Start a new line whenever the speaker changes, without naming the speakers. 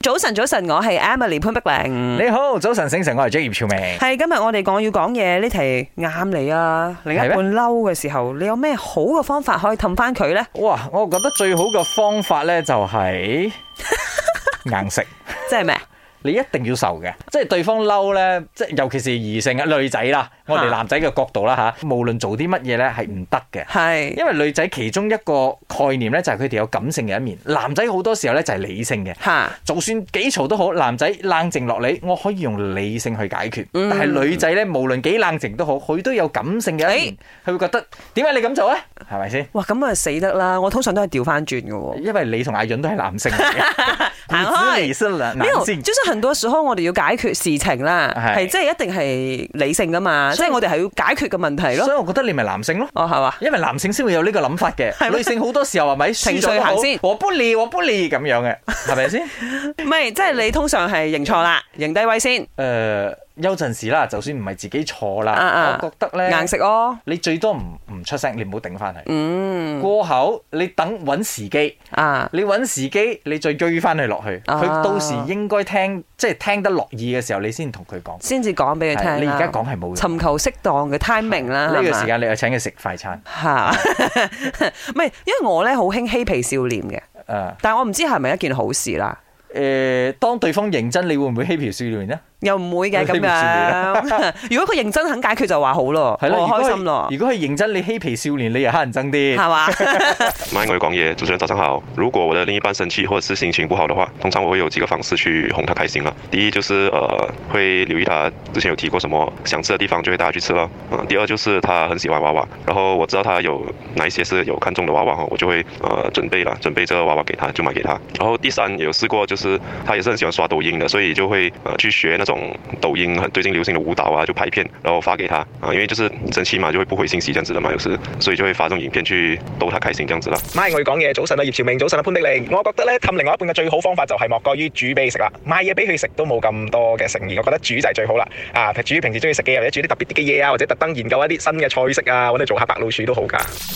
早晨，早晨，我係 Emily 潘碧玲。
你好，早晨，醒晨，我係 J 葉朝明。
係今日我哋講要講嘢呢題啱你啊！另一
係咩
半嬲嘅時候，你有咩好嘅方法可以氹翻佢呢？
哇，我覺得最好嘅方法呢就係硬食，
即 係咩？
你一定要受嘅，即係對方嬲呢，即係尤其是異性嘅女仔啦，我
嚇
哋男仔嘅角度啦吓，無論做啲乜嘢呢係唔得嘅。
係
因為女仔其中一個概念呢，就係佢哋有感性嘅一面，男仔好多時候呢就係理性嘅。
吓，
就算幾嘈都好，男仔冷靜落嚟，我可以用理性去解決。
嗯
但係女仔呢，無論幾冷靜都好，佢都有感性嘅一面，佢、會覺得點解你咁做呢？係咪先？
哇咁啊死得啦！我通常都係調翻轉嘅喎。
因為你同阿潤都係男性嚟嘅，
行
骨子
開
裏是男
沒
男
有，
性。
就是很多時候我哋要解決事情啦，
係
係即係一定係理性噶嘛，即
所以
係我哋係要解決嘅問題
所
咯。
以我覺得你咪男性咯。
哦，係嘛？
因為男性先會有呢個諗法
係
嘅，
咩
女性好多時候係咪
情
情
緒
緒
行先
我不理我不理咁樣嘅，係咪先？
唔係，即係你通常係認錯啦，認低位先，
誒，呃有陣時啦，就算唔係自己錯
啊啊
啦，我覺得咧，
硬食咯。
你最多唔唔出聲，你唔好頂翻佢。
嗯
過口你等揾時機，
啊，
你揾時機，你再追翻佢落去。
啊
佢到時應該聽，即係聽得落耳嘅時候，你先同佢講。
先至講俾佢聽啦。
係你而家講係冇用。
尋求適當嘅 timing 啦，
呢
係
個
嘛
時間你又請佢食快餐，
嚇， 唔係因為我咧好興嬉皮笑臉嘅，
誒、誒、
但我唔知係咪一件好事啦，
呃當對方認真，你會唔會嬉皮笑臉呢？
又唔會嘅咁
嬉皮笑
樣。如果佢認真肯解決就話好咯，我
係啦，如果
開
佢
心咯，
如果佢認真，你嬉皮笑臉，你又乞人憎啲。
係 嘛？
麦我广野，主持人早上好。如果我的另一半生气或者是心情不好的话，通常我会有几个方式去哄他开心了。第一就是呃会留意他之前有提过什么想吃的地方，就会带他去吃了。嗯，第二就是他很喜欢娃娃，然后我知道他有哪一些是有看中的娃娃哈，我就会呃准备了，准备这个娃娃给他，就买给他。然后第三也有试过，就是他也是很喜欢刷抖音的，所以就会呃去学那种抖音很最近流行的舞蹈啊，就拍片，然后发给他啊、因为就是生气嘛，就会不回信息这样子的嘛，有时所以就会发这种影片去逗他开心这样子啦。
咪我要講嘢，早晨啊，葉朝明，早晨啊，潘碧玲。我覺得咧氹另外一半嘅最好方法就係莫過於煮俾佢食啦，買嘢俾佢食都冇咁多嘅誠意，我覺得煮就係最好啦。啊，煮平時中意食嘅嘢，或者煮啲特別啲嘅嘢啊，或者特登研究一啲新嘅菜式啊，或者做下白老鼠都好㗎。